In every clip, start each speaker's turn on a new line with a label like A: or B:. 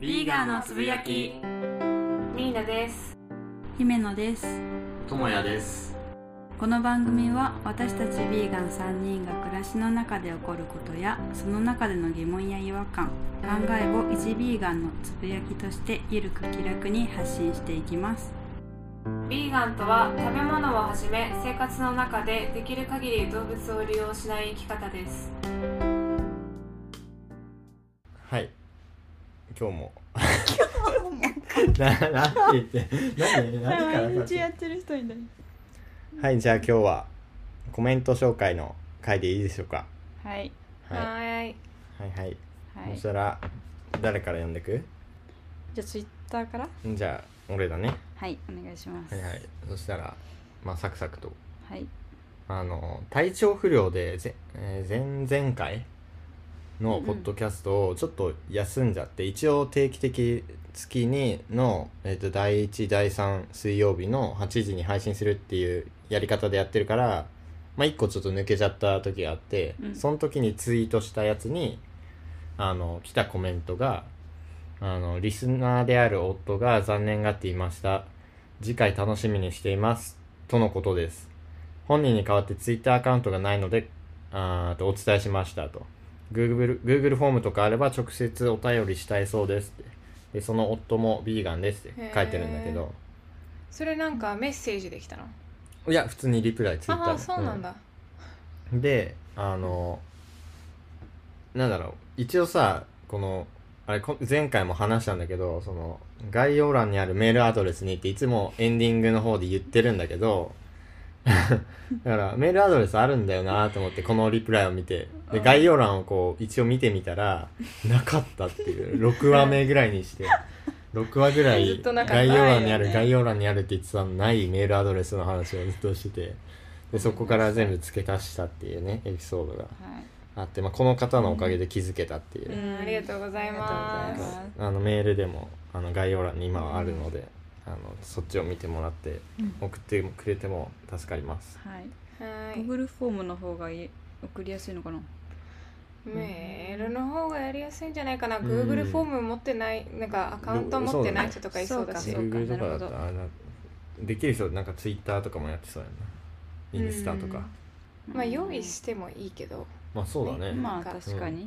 A: ビーガーのつぶやき
B: リーナです
A: 姫野です
C: ともやです
A: この番組は私たちビーガン3人が暮らしの中で起こることやその中での疑問や違和感考えを一ビーガンのつぶやきとしてゆるく気楽に発信していきます
B: ビーガンとは食べ物をはじめ生活の中でできる限り動物を利用しない生き方です
C: はい今日もななんて言って何何から
D: 毎日
C: さ
D: やってる人いない
C: はいじゃあ今日はコメント紹介の回でいいでしょうか
D: はい
C: はいは
B: ーい
C: いはい、
D: はい
C: そしたら誰から読んでく
D: じゃあツイッターから
C: じゃあ俺だね
D: はいお願いします
C: はいはいそしたらまあサクサクと
D: はい
C: あの体調不良でぜ、えー前々回のポッドキャストをちょっと休んじゃって、一応定期的月にの、えー、と第1第3水曜日の8時に配信するっていうやり方でやってるから、まあ、1個ちょっと抜けちゃった時があって、
D: うん
C: その時にツイートしたやつにあの来たコメントがあの「リスナーである夫が残念がっていました次回楽しみにしています」とのことです本人に代わってツイッターアカウントがないのであーとお伝えしましたと Google, Google フォームとかあれば直接お便りしたいそうですってでその夫もビーガンですって書いてるんだけど
B: それなんかメッセージできたの
C: いや普通にリプライツイッター
B: ああそうなんだ、
C: であのなんだろう一応さこのあれこ前回も話したんだけどその概要欄にあるメールアドレスにっていつもエンディングの方で言ってるんだけど だからメールアドレスあるんだよなと思ってこのリプライを見てで概要欄をこう一応見てみたらなかったっていう6話目ぐらいにして6話ぐら
B: ず
C: い
B: っとなかった
C: 概要欄にあ
B: な
C: る
B: いよね
C: 概要欄にあるって言ってたのないメールアドレスの話をずっとしててでそこから全部付け足したっていうねエピソードが
D: はい
C: あって、まあ、この方のおかげで気づけたっていう、
B: うんありがとうござい
D: あ
B: ま
D: りがとうございますす
C: あのメールでもあの概要欄に今はあるので、あのそっちを見てもらって
D: うん
C: 送ってくれても助かります、
D: はい
B: はーい
D: Google フォームの方がい送りやすいのかな
B: メールの方がやりやすいんじゃないかな、
C: ん
B: Google フォーム持ってないなんかアカウント持ってない人とかいそうだ
D: そ
B: し
D: うかそうか
C: Google とかだ
D: なるほ
C: と
D: ど
C: あれだできる人なんか Twitter とかもやってそうやなインスタとか、
B: うんまあ用意してもいいけど、
C: まあそうだね、
D: ま
B: なん
D: あ
B: か
D: 確かに
B: う
C: っ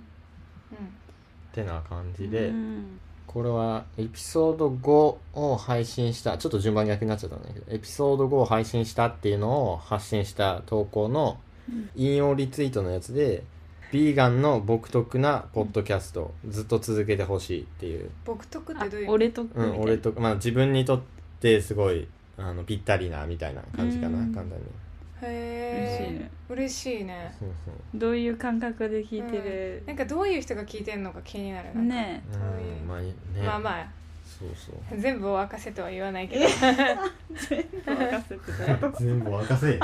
C: てな感じで、
D: うん
C: これはエピソード5を配信したちょっと順番逆になっちゃったんだけどエピソード5を配信したっていうのを発信した投稿の引用リツイートのやつで「ビーガンの独特なポッドキャストずっと続けてほしい」っていう、
B: ん、僕得っ
D: あ
B: てどういう
D: 俺と
C: うん、俺と、まあ、自分にとってすごいあのぴったりなみたいな感じかな
D: うん
C: 簡単に
D: 嬉しい
B: へえ
D: ね
B: 嬉しいね
C: そうそう
D: どういう感覚で聞いて
B: な
D: る
B: んかどういう人が聞いてんのか気になるな
D: ね
C: うんまあね
B: まあまあ
C: そうそう
B: 全部を明かせとは言わないけど
D: え任せてた
C: 全部任せ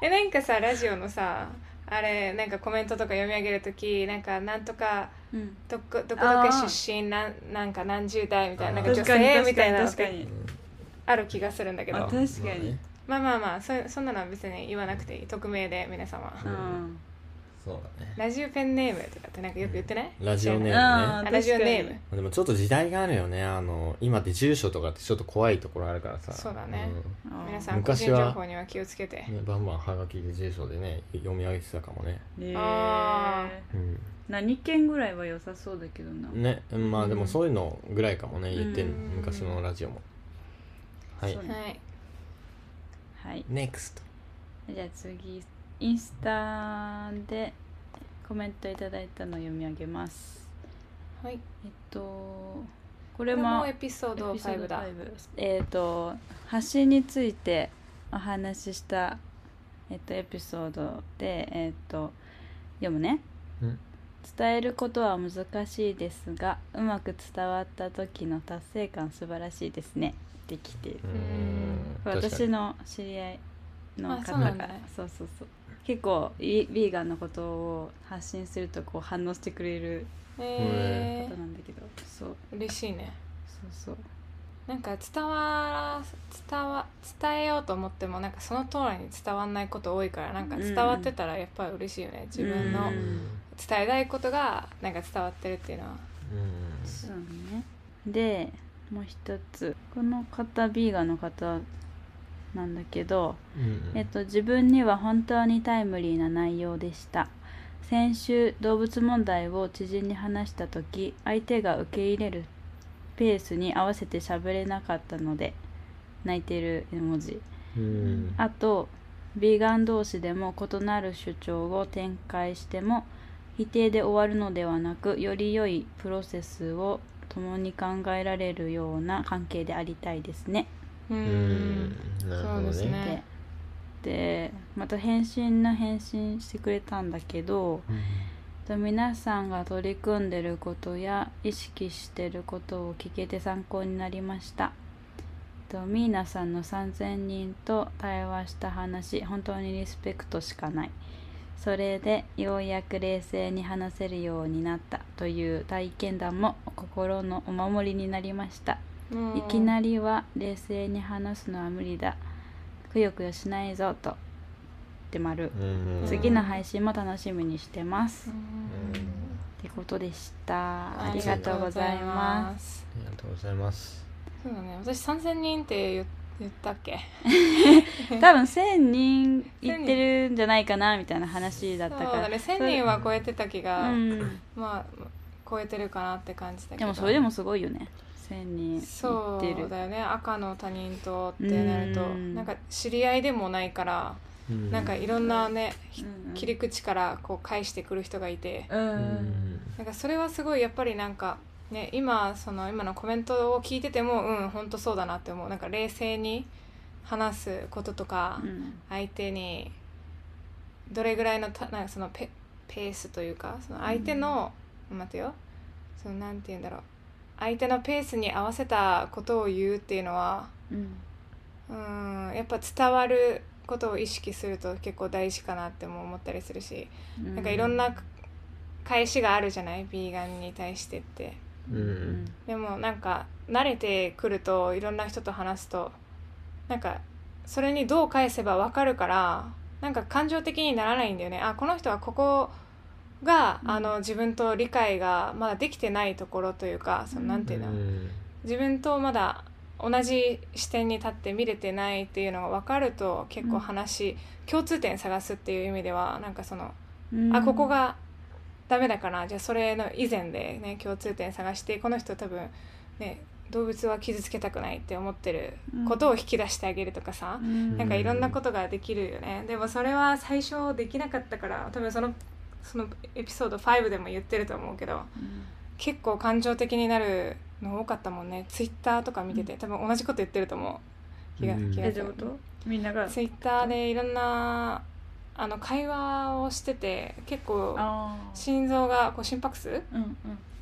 B: えなんかさラジオのさあれなんかコメントとか読み上げるときなんかなんとか
D: うん
B: どこどこど
D: あ
B: こ
D: ー
B: 出身なんなんか何十代みたいな
C: あ
B: なん
C: ー
B: か女
D: 確かに
B: 性み
D: 確
B: た
D: か
B: い
D: に
B: なの
D: 確かに
B: ある気がするんだけど
D: あ確かに
B: まあまあまあそそんなのは別に言わなくていい匿名で皆様
D: う
C: うん
D: ん
C: そうだね
B: ラジオペンネームとかってなんかよく言ってない
C: ラジオネームね
D: あ
B: あ
D: ー
B: ラジオネーム
C: まあでもちょっと時代があるよねあの今って住所とかってちょっと怖いところあるからさ
B: そうだね
D: 確かに
B: 皆さん個
C: 昔
B: 人
C: は
B: 情報には気をつけて
C: うんねバンバンハガキで住所でね読み上げてたかもね
D: ね
B: あ
D: え
C: う
D: 何件ぐらいは良さそうだけどなん
C: ねまあで
D: う
C: も
D: ん
C: そういうのぐらいかもね言ってんの
B: うん
C: 昔のラジオもはい
D: そうね
B: は
D: は
B: い
D: い
C: NEXT
D: じゃあ次インスタでコメントいただいたの読み上げます
B: はい
D: えっとこ
B: これ
D: れも
B: もエピソード
D: エピソード
B: 5だ
D: 5えっと発信についてお話ししたえっとエピソードでえっと読むね
C: うん
D: 伝えることは難しいですがうまく伝わった時の達成感素晴らしいですねできている
C: うー
B: ん
C: ん
D: 私の知り合いの
B: あ
D: 方
B: そうなんだ
D: がそうそうそう結構ビビーガンのことを発信するとこう反応してくれる
B: え
D: 方なんだけどそう
B: ー、嬉しいね
D: そうそう
B: なんか伝わ伝わ伝えようと思ってもなんかその通りに伝わんないこと多いからなんか伝わってたらやっぱり嬉しいよね自分
C: 確か
B: の
C: に
D: う
C: うんん
B: 伝えたいことがなんか伝わってるっていうのは
C: うん
D: そうねでもう一つこの方ビーガンの方なんだけど、
C: うん
D: えっと、自分には本当にタイムリーな内容でした先週動物問題を知人に話した時相手が受け入れるペースに合わせて喋れなかったので泣いてる絵文字
C: うん
D: あとビーガン同士でも異なる主張を展開しても否定で終わるのではなくより良いプロセスを共に考えられるような関係でありたいですね。
B: う
C: うんんなるほ
B: そう
C: ど
B: です
C: ね
B: ね
D: ででまた返信の返信してくれたんだけどと皆さんが取り組んでることや意識してることを聞けて参考になりましたとミーナさんの3000人と対話した話本当にリスペクトしかないそれでようやく冷静に話せるようになったという体験談も心のお守りになりました
B: うん
D: いきなりは冷静に話すのは無理だくよくよしないぞとで丸
C: うん
D: 次の配信も楽しみにしてます、
B: う
D: っ
B: ん
D: てことでしたありがとうございます
B: す
C: ありがとうございます
B: そうだね私3000人って言言ったっけ
D: 多分1000人いってるんじゃないかなみたいな話だったから
B: そうだね1000人は超えてた気
D: う
B: が、
D: ん、
B: まあ超えてるかなって感じだけど
D: でもそれでもすごいよね1000人
B: そ
D: いってる
B: うだよね赤の他人とってなると
D: うん
B: なんか知り合いでもないからなんかいろんなね、ひ切り口からこう返してくる人がいて
D: うんう
C: うんん
B: なんかそれはすごいやっぱりなんか、ね、今その今のコメントを聞いててもうん本当そうだなって思うなんか冷静に話すこととか、
D: うん
B: 相手にどれぐらいのたなんかそのペペースというかその相手の、待てよそのなんて言うんだろう相手のペースに合わせたことを言うっていうのは
D: うん
B: うんやっぱ伝わることを意識すると結構大事かなっても思ったりするし、
D: うん
B: なんかいろんな返しがあるじゃないビーガンに対してって
C: うんうん
B: でもなんか慣れてくるといろんな人と話すとなんかそれにどう返せば分かるからなんか感情的にならないんだよねあこの人はここが、
D: うん
B: あの自分と理解がまだできてないところというかそのなんていうの、自分とまだ同じ視点に立って見れてないっていうのが分かると結構話、共通点探すっていう意味ではなんかその
D: うん
B: あここがダメだからじゃあそれの以前でね共通点探してこの人多分ね動物は傷つけたくないって思ってることを引き出してあげるとかさ
D: う、ん
B: なんかいろんなことができるよねでもそれは最初できなかったから多分そのそのエピソード5でも言ってると思うけど
D: うん
B: 結構感情的になるの多かったもんねツイッターとか見てて多分同じこと言ってると思う気が,、
C: うん
B: 気が
D: え
B: す
D: どういう
B: る
D: ことみんなが
B: ツイッターでいろんなあの会話をしてて結構
D: あー
B: 心臓がこう心拍数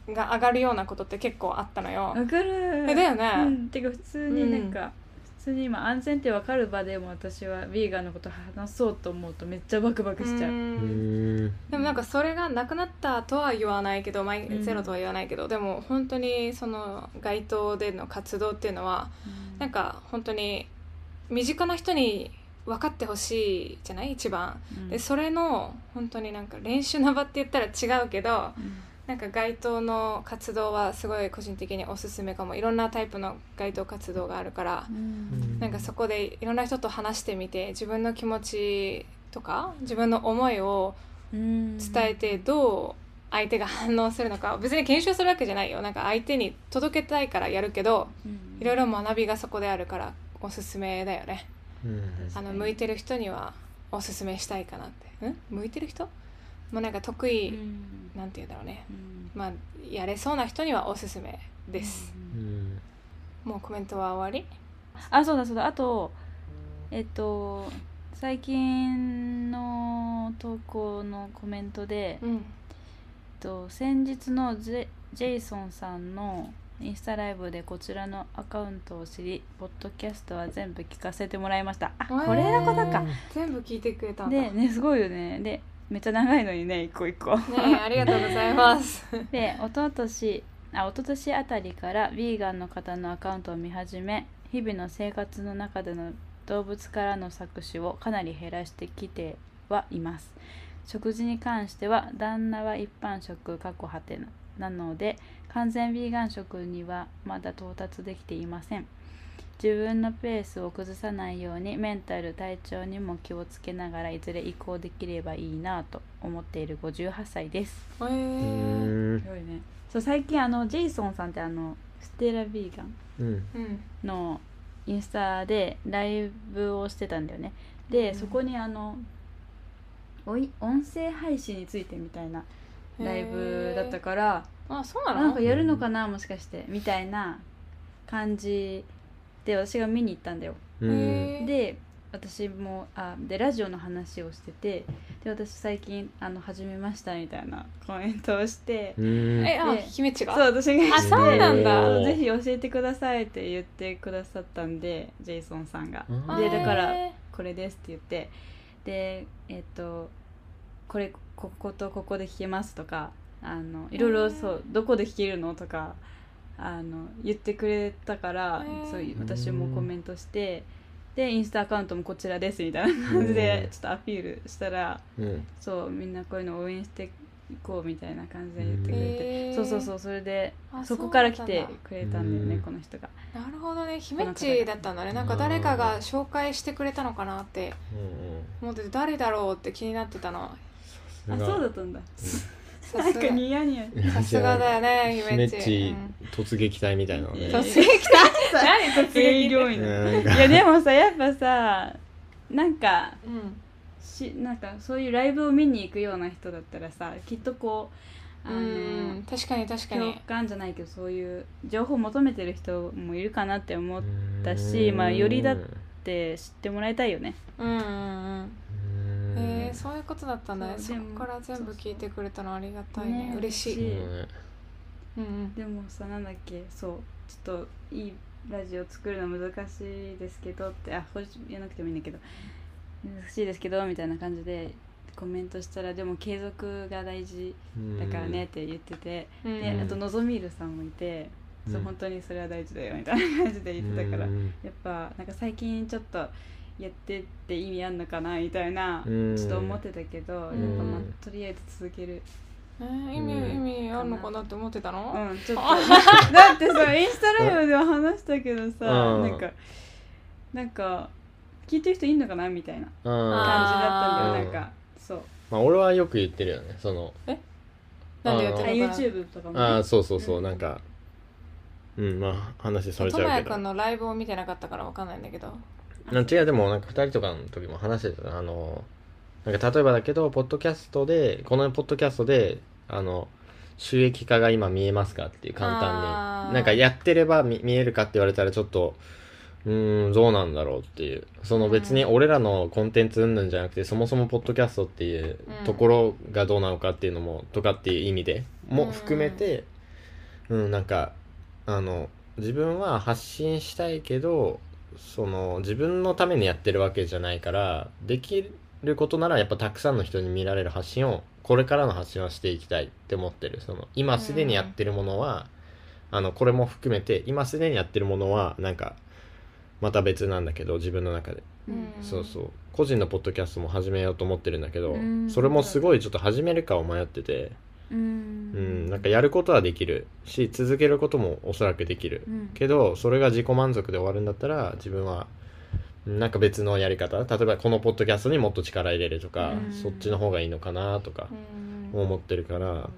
D: うん
B: が上がるようなことって結構あったのよ
D: うん、わかる
B: えだよね
D: うん、てか普通になんか、普通に今安全ってわかる場でも私はビーガンのこと話そうと思うとめっちゃバクバクしちゃう、
C: う
B: うん
C: ん
B: でもなんかそれがなくなったとは言わないけどマイ
D: うん
B: ゼロとは言わないけど、でも本当にその街頭での活動っていうのはなんか本当に身近な人に分かってほしいじゃない一番
D: うん
B: でそれの本当になんか練習の場って言ったら違うけど
D: うん
B: なんか街頭の活動はすごい個人的におすすめかもいろんなタイプの街頭活動があるから
D: う、
C: うん
D: ん
B: なんかそこでいろんな人と話してみて自分の気持ちとか自分の思いを
D: うん
B: 伝えてどう相手が反応するのか別に検証するわけじゃないよなんか相手に届けたいからやるけど
D: うん
B: いろいろ学びがそこであるからおすすめだよね
C: うん
B: あの
D: 確かに
B: 向いてる人にはおすすめしたいかなってん向いてる人もうなんか得
D: う
B: 意、
D: ん
B: なんて言うんだろうね
D: うん
B: まあやれそうな人にはおすすめです、
C: うん
B: もうコメントは終わり
D: あそうだそうだあとえっと最近の投稿のコメントで、えっ
B: うん
D: と先日のジェジェイソンさんのインスタライブでこちらのアカウントを知りポッドキャストは全部聞かせてもらいましたあこれのことか
B: 全部聞いてくれたんだ
D: でねすごいよねでめっちゃ長いのにね一個一個
B: ねえありがとうござ います。
D: で一昨年あ一昨年あたりからヴィーガンの方のアカウントを見始め日々の生活の中での動物からの搾取をかなり減らしてきてはいます食事に関しては旦那は一般食過去はてななので完全ヴィーガン食にはまだ到達できていません自分のペースを崩さないようにメンタル体調にも気をつけながらいずれ移行できればいいなと思っている58歳です
B: え
C: う
B: ー
C: ん
D: ごいねそう最近あのジェイソンさんってあのステラヴィーガン
C: うん
B: うん
D: のインスタでライブをしてたんだよねで、
B: うん
D: そこにあのおい音声配信についてみたいなライブだったから
B: あそうなの
D: なんかやるのかなもしかしてみたいな感じで私が見に行ったんだよ
C: うん
B: へー
D: で私もあでラジオの話をしててで私最近あの始めましたみたいなコメントをして
C: うん
B: えあ
D: で
B: 姫地
D: そ
B: が
D: う私が
B: あそうなんだ
D: そうぜひ教えてくださいって言ってくださったんでジェイソンさんが
C: うん
D: でだから
B: え
D: これですって言ってでえっとこれこことここで聞けますとかあのいろいろそうどこで聞けるのとかあの言ってくれたから
B: へー
D: そう私もコメントしてでインスタアカウントもこちらですみたいな感じ
C: う
D: で
C: ん
D: ちょっとアピールしたら
C: うん
D: そうみんなこういうの応援していこうみたいな感じで言ってくれて。
B: へー
D: そうそうそうそれで
B: あ
D: そこから来
B: そう
D: て
B: なんだ
D: くれたんだよね
C: うん
D: この人が
B: なるほどね姫地だったんだねなんか誰かが紹介してくれたのかなって思ってて誰だろうって気になってたの
C: うん
D: あそうだったんだ
B: さ
D: なん
B: すが
D: かニヤニヤ
B: さすがだ よね
C: 姫
B: 姫
C: っ
B: 地
C: ち突撃隊みたいなのね
B: うん突撃来た何突
D: 営
B: 撃
D: 業
C: う
D: 員
C: ん
D: だ
C: なんか
D: いやでもさやっぱさなんか
B: うん
D: しなんかそういうライブを見に行くような人だったらさきっとこうあ
B: う
D: の
B: ん確かに確か
D: 共
B: に
D: 感じゃないけどそういう情報を求めてる人もいるかなって思ったしまあよりだって知ってもらいたいよね
B: うんうん
C: うん
B: うんへえそういうことだったんだね
D: そ
B: そう
D: で
B: こ
D: も
B: から全部聞いてくれたのありがたい
D: ね
B: ね嬉し
D: 嬉し
B: い
D: い
C: うん
B: うんうん
D: でもさなんだっけそうちょっといいラジオ作るの難しいですけどってあこれ言わなくてもいいんだけど難しいですけどみたいな感じでコメントしたらでも継続が大事だからねっ、て言ってて。
B: うん
D: で
C: うん
D: あとのぞみるさんもいて、
C: うん
D: そう本当にそれは大事だよみたいな感じで
C: う
D: 言
C: ん
D: ってたから、
C: う
D: や
C: ん
D: っぱなんか最近ちょっとやってって意味あんのかなみたいな、
C: うん
D: ちょっと思ってたけど、やっぱま
C: うん
D: あとりあえず続ける
B: えー意味
C: うん
B: 意味あるのかなって思ってた
D: う
B: の
D: んちょっとだってさインスタライブでは話したけどさ
C: うん
D: なんかなんか聞いてる人いんのかなみたいな感じだったんだよ
C: あー
D: なんかそう
C: まあ俺はよく言ってるよねその
B: なんで言っ
D: あ
B: てるのかな
D: YouTube とかもね
C: ああそうそうそう、
D: うん
C: なんかうんまあ話それち
B: トマ
C: ゃう
B: ヤ
C: けど
B: 君のライブを見てなかったからわかんないんだけど
C: なん違うでもなんか2人とかの時も話してたなあのなんか例えばだけどポッドキャストでこのポッドキャストであの収益化が今見えますかっていう簡単
B: あ
C: に
B: ー
C: なんかやってれば見見えるかって言われたらちょっとうーんどうなんだろうっていうその別に
B: う
C: 俺らのコンテンツ云々じゃなくてそもそもポッドキャストっていう
B: うん
C: ところがどうなのかっていうのもとかっていう意味で
B: う
C: も
B: ん
C: 含めてうんなんかあの自分は発信したいけどその自分のためにやってるわけじゃないからできることならやっぱたくさんの人に見られる発信をこれからの発信はしていきたいって思ってるその今すでにやってるものは、あのこれも含めて今すでにやってるものはなんかまた別なんだけど自分の中で、
D: うん
C: そうそう個人のポッドキャストも始めようと思ってるんだけど、
D: うん
C: それもすごいちょっと始めるかを迷ってて、う
D: う
C: ん、
D: ん
C: なんかやることはできるし続けることもおそらくできる
D: うん
C: けどそれが自己満足で終わるんだったら自分はなんか別のやり方例えばこのポッドキャストにもっと力入れるとか、
B: うん
C: そっちの方がいいのかなとか
B: うん
C: 思ってるから、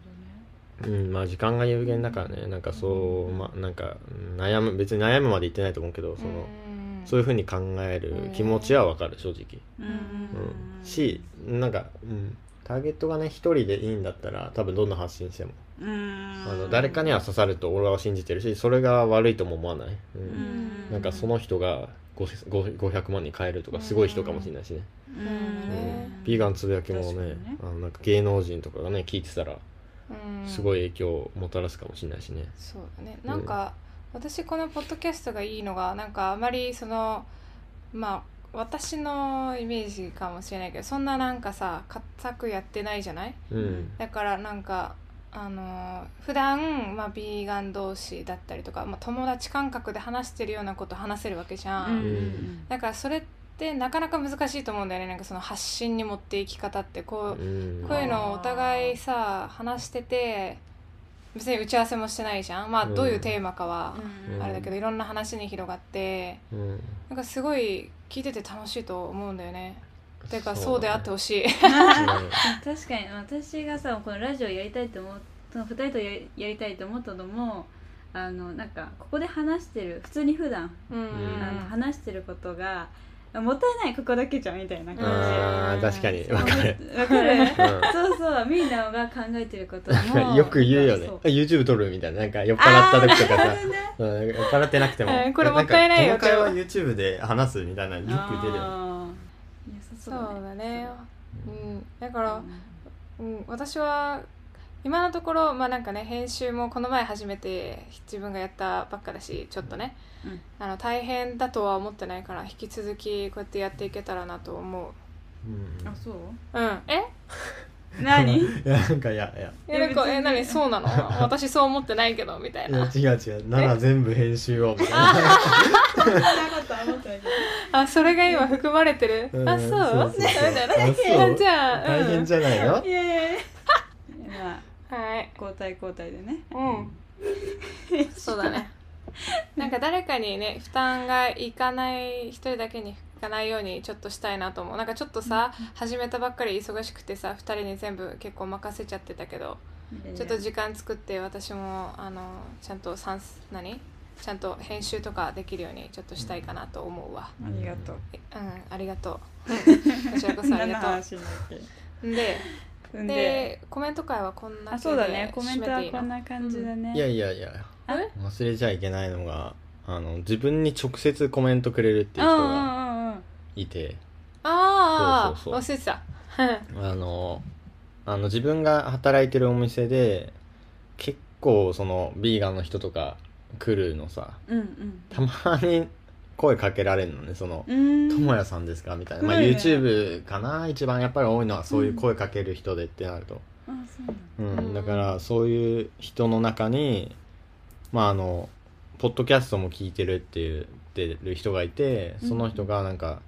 C: うん、まあ時間が有限だからねなんかそう、まあなんかうん悩む別に悩むまで言ってないと思うけどその、
B: うん
C: そういうふうに考える気持ちはわかる正直、
D: うん
C: うん、しなんか、うん、ターゲットがね一人でいいんだったら多分どんな発信しても
D: うん
C: あの誰かには刺さると俺は信じてるしそれが悪いとも思わない、うん
D: うん
C: なんかその人が5 0 500万に変えるとかすごい人かもしれないしね、
D: うん
B: うん
C: ビーガンつぶやきも
D: 確かに
C: ね
D: ね
C: あのなんか芸能人とかがね聞いてたら
B: うん
C: すごい影響をもたらすかもしれないしね
B: そうだねなんか、私このポッドキャストがいいのがなんかあまりそのまあ私のイメージかもしれないけどそんななんかさ固くやってないじゃない
C: うん
B: だからなんかあのー普段まあビーガン同士だったりとか、まあ、友達感覚で話してるようなこと話せるわけじゃん、
C: ん
B: だからそれってなかなか難しいと思うんだよねなんかその発信に持っていき方ってこう
C: うん
B: こういうのをお互いさ話してて別に打ち合わせもしてないじゃんまあ
C: うん
B: どういうテーマかは
C: うん
B: あれだけどいろんな話に広がって
C: うん
B: なんかすごい聞いてて楽しいと思うんだよねていうかそうであってほしい
D: 確かに私がさこのラジオやりたいと思っその2人とやりやりたいと思ったのもあのなんかここで話してる普通に普段、
B: うんう
C: う
B: ん
C: ん
D: あの話してることがあもったいないここだけじゃんみたいな
C: うん
D: 感
C: あー確かに
D: じわ
C: わかる、
D: わかる
C: うん
D: そうそうみんなが考えてること も
C: よく言うよね
D: そう
C: あ YouTube 撮るみたいななんか酔っ払った時とかさ
D: あーね
C: うん酔っ払ってなくて
B: う
C: も
B: んこれもったいないよ
C: んかこの会話 YouTube で話すみたいなのよく出るよね
D: あー良さ
B: そ
D: そううだね
B: だねうんだか
D: そう
B: らうん、私は今のところまあなんかね編集もこの前初めて自分がやったばっかだしちょっとね、
D: うん
B: あの大変だとは思ってないから引き続きこうやってやっていけたらなと思う
C: うん
D: あそう
B: うんえ
D: 何
C: いやなんかいやいや
B: えなんかえ
D: 別に
B: 何そ うなの私そう思ってないけどみたい
C: い
B: な
C: や違う違うなら全部編集をみたいな
D: なことは思ってないけど
B: あそれが今含まれてる、
C: うん
B: あそう
C: そうそうそう
B: みたい な
C: あそう
B: じゃあ、
C: 大変じゃないの
D: いやいやいやまあ
B: ゃはい
D: 交代交代でね
B: うんそうだねなんか誰かにね負担がいかない一人だけにいかないようにちょっとしたいなと思うなんかちょっとさ始めたばっかり忙しくてさ2人に全部結構任せちゃってたけどちょっと時間作って私もあのちゃんと算数何ちゃんと編集とかできるようにちょっとしたいかなと思うわ
D: ありがとう
B: えうんありがとう こちらこそあ
D: 何
B: り
D: の
B: が
D: 話になっけ
B: とうで
D: うんで
B: でコメント会はこんな
D: あそうだねコメント
B: 締め
D: は
B: ていいの
D: こんな感じだね
C: いやいやいや
D: あれ
C: 忘れちゃいけないのがあの自分に直接コメントくれるって
D: う
C: いうん
D: う
C: 人が
D: んうんうん
C: いて
B: ああ
C: そうそう
B: 忘れてたうん
C: あのあの自分が働いてるお店で結構そのビーガンの人とか来るのさ
D: うんうん
C: たまに声かけられるのねその
D: うー
C: 「
D: ん
C: ともやさんですか?」みたいな、まあ、
D: はい
C: YouTube かな一番やっぱり多いのはそういう声かける人でってなると、
D: あそうなんだ
C: うん
B: うん
C: だからそういう人の中にまああのポッドキャストも聞いてるっていう言ってる人がいてその人がなんか、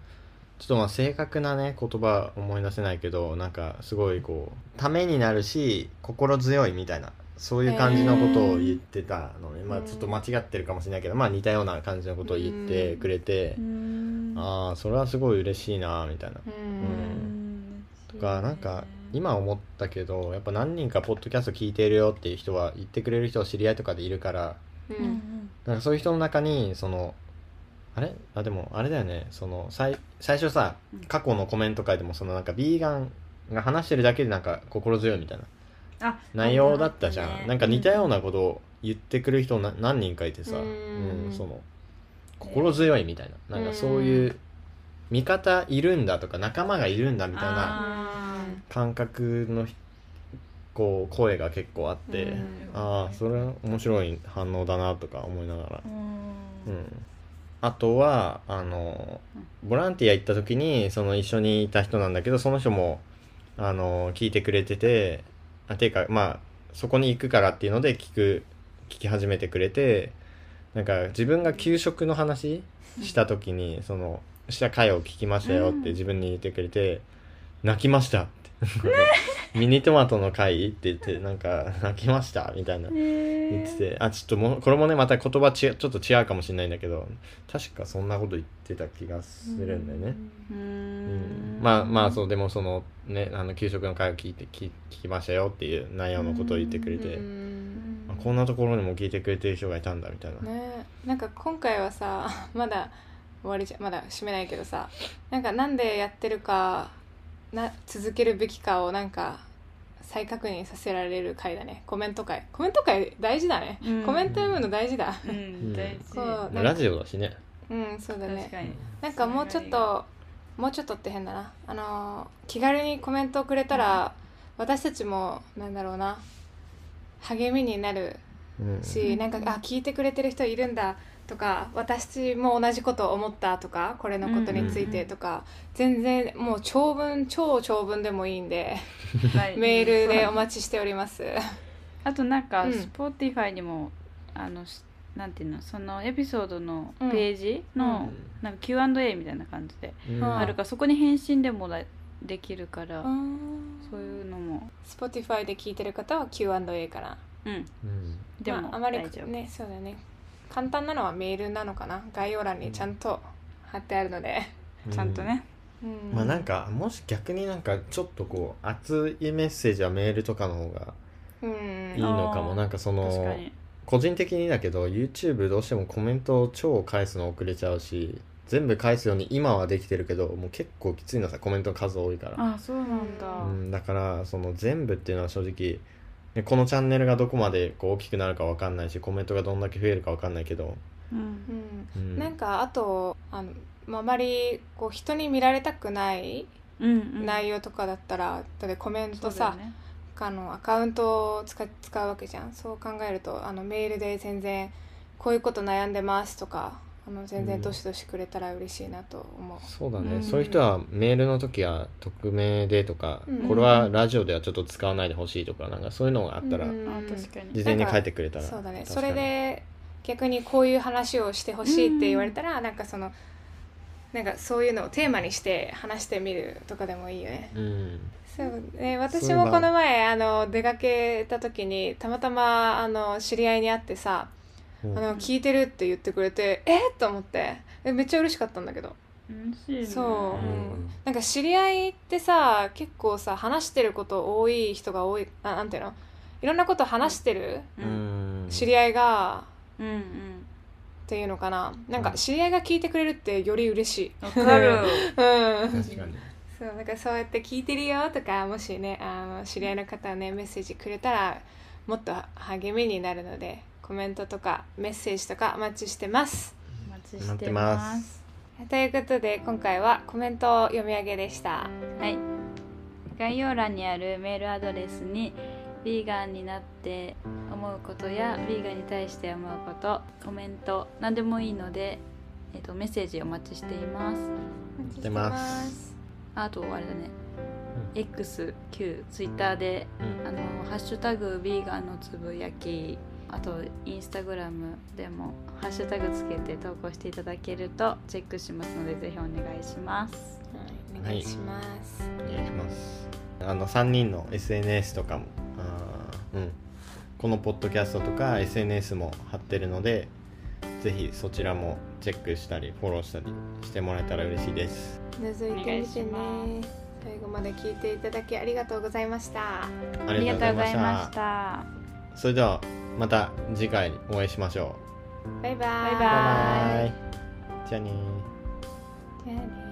C: ちょっとまあ正確なね言葉思い出せないけどなんかすごいこうためになるし心強いみたいなそういう感じのことを言ってたのね、まあ
B: うん
C: ちょっと間違ってるかもしれないけどまあ似たような感じのことを言ってくれて
D: うー、ん
C: ああそれはすごい嬉しいなみたいな
D: うーん
C: とかなんか今思ったけどやっぱ何人かポッドキャスト聞いてるよっていう人は言ってくれる人知り合いとかでいるから
B: う
D: うんうんん
C: なんかそういう人の中にそのあれあでもあれだよねその最最初さ
D: うん
C: 過去のコメント会でもそのなんかビーガンが話してるだけでなんか心強いみたいな
D: あ
C: 内容だったじゃん、
D: ね
C: なんか似たようなことを言ってくる人な何人かいてさ、
B: うん
C: うんその心強いみたいななんかそう
B: う
C: いう味方いるんだとか仲間がいるんだみたいな
D: あー
C: 感覚のひこう声が結構あって、
B: うん
C: ああそれは面白い反応だなとか思いながら
D: う、ー
C: うんん、あとはあのボランティア行った時にその一緒にいた人なんだけどその人もあの聞いてくれててあていうかまあそこに行くからっていうので聞く聞き始めてくれてなんか自分が給食の話した時にそのした回を聞きましたよって自分に言ってくれて、泣きましたって。ミニトマトの回って言ってなんか泣きましたみたいな言ってて、あちょっともうこれもねまた言葉ちちょっと違うかもしれないんだけど確かそんなこと言ってた気がするんだよね、
D: うー
C: うん
D: ん
C: まあまあそうでもそのねあの給食の会を聞いて聞聞きましたよっていう内容のことを言ってくれて、
B: うん
C: あこんなところにも聞いてくれてる人がいたんだみたいな、
B: ねなんか今回はさ まだ終わりじゃまだ締めないけどさなんかなんでやってるかな続けるべきかをなんか再確認させられる回だねコメント会コメント会大事だね、
D: うん
B: コメント読むの大事だ
D: うん大事
B: そう
C: まあラジオだしね
B: うんそうだね
D: 確かに
B: なんかもうちょっともうちょっとって変だなあのー気軽にコメントをくれたら、私たちもなんだろうな励みになる
C: うん
B: し、
D: うん
B: なんかあ聞いてくれてる人いるんだとか私も同じこと思ったとかこれのことについてとか、全然もう長文超長文でもいいんで
D: はい
B: メールでお
D: そう
B: 待ちしております。
D: あとなんか
B: うん
D: Spotify にもあのしなんていうのそのエピソードのページのなんか Q&A みたいな感じで
C: うん
B: うん
D: あるからそこに返信でもらえできるから
B: うん
D: そういうのも
B: Spotify で聞いてる方は Q&A かな
D: うん
C: うん
D: でも、
B: あ、あまり
D: 大丈夫、
B: ねそうだね簡単なのはメールなのかな概要欄にちゃんと貼ってあるので、
D: ちゃんとね、
B: うん
C: まあなんかもし逆になんかちょっとこう熱いメッセージはメールとかの方が
B: うん
C: いいのかも
D: あー
C: なんかそ
D: 確か
C: の
D: に
C: 個人的にだけど YouTube どうしてもコメントを超返すの遅れちゃうし全部返すように今はできてるけどもう結構きついのさコメントの数多いから、
D: あそうなんだ、
B: う
C: うん、だからその全部っていうのは正直ねこのチャンネルがどこまでこう大きくなるかわかんないしコメントがどんだけ増えるかわかんないけど、
D: うん
B: うん
C: うん、
B: なんかあとあのまああまりこう人に見られたくない
D: うんうん
B: 内容とかだったら、だってコメント
D: そうだよ
B: さ、
D: ね
B: あのアカウントを使使うわけじゃんそう考えるとあのメールで全然こういうこと悩んでますとかあの全
C: う
B: 然
C: ん
B: どしどしくれたら嬉しいなと思う、
C: そうだね、
D: うん
C: そういう人はメールの時は匿名でとか、
B: うん
C: これはラジオではちょっと使わないでほしいとかなんかそういうのがあったら
B: うん
D: あ確かに
C: 事前に書いてくれたら
B: そうだね
C: 確
B: そ
C: かに
B: れで逆にこういう話をしてほしいって言われたら、なんかそのなんかそういうのをテーマにして話してみるとかでもいいよね
C: うん
B: そうね、
C: そ
B: 私
C: ういえ
B: も
C: ば
B: この前あの出かけた時にたまたまあの知り合いに会ってさ
C: う
B: 「あ
C: ん
B: の聞いてる」って言ってくれて「えっ!」と思ってえめっちゃ嬉しかったんだけど
D: 嬉しいね
B: そう、う
C: う
B: ん
C: ん
B: なんか知り合いってさ結構さ話してること多い人が多いあなんていうのいろんなこと話してる
D: う
C: うんん
B: 知り合いが
D: うんうん
B: っていうのかななんか
C: うん
B: 知り合いが聞いてくれるってより嬉しい
D: わかる
B: うん
C: 確かに
B: そうなんかそうやって聞いてるよとかもしねあの知り合いの方はねメッセージくれたらもっと励みになるのでコメントとかメッセージとかお待ちしてます
D: お待ち
C: 待
D: し
C: って
D: て
C: ま
D: ます
C: す
B: ということで今回はコメントを読み上げでした
D: はい概要欄にあるメールアドレスにヴィーガンになって思うことやヴィーガンに対して思うことコメント何でもいいので、えっとメッセージお待ちしています
B: お待
C: ちしてます
D: あとあれだね XQTwitter で
C: うん
D: あの「ハッシュタグヴィーガンのつぶやき」あとインスタグラムでもハッシュタグつけて投稿していただけるとチェックしますのでぜひお願いします
B: はい、お願いします、
C: お願いしますあの3人の SNS とかもあーうんこのポッドキャストとか SNS も貼ってるのでぜひそちらもチェックしたりフォローしたりしてもらえたら嬉しいです
B: 覗いてみてね
D: お願
B: 最後まで聞いていただきありがとうございました
C: ありがとうございました
D: た
C: それではまた次回お会いしましょう
B: バイバイ
D: バイバイ
C: じゃあねー
B: じゃあね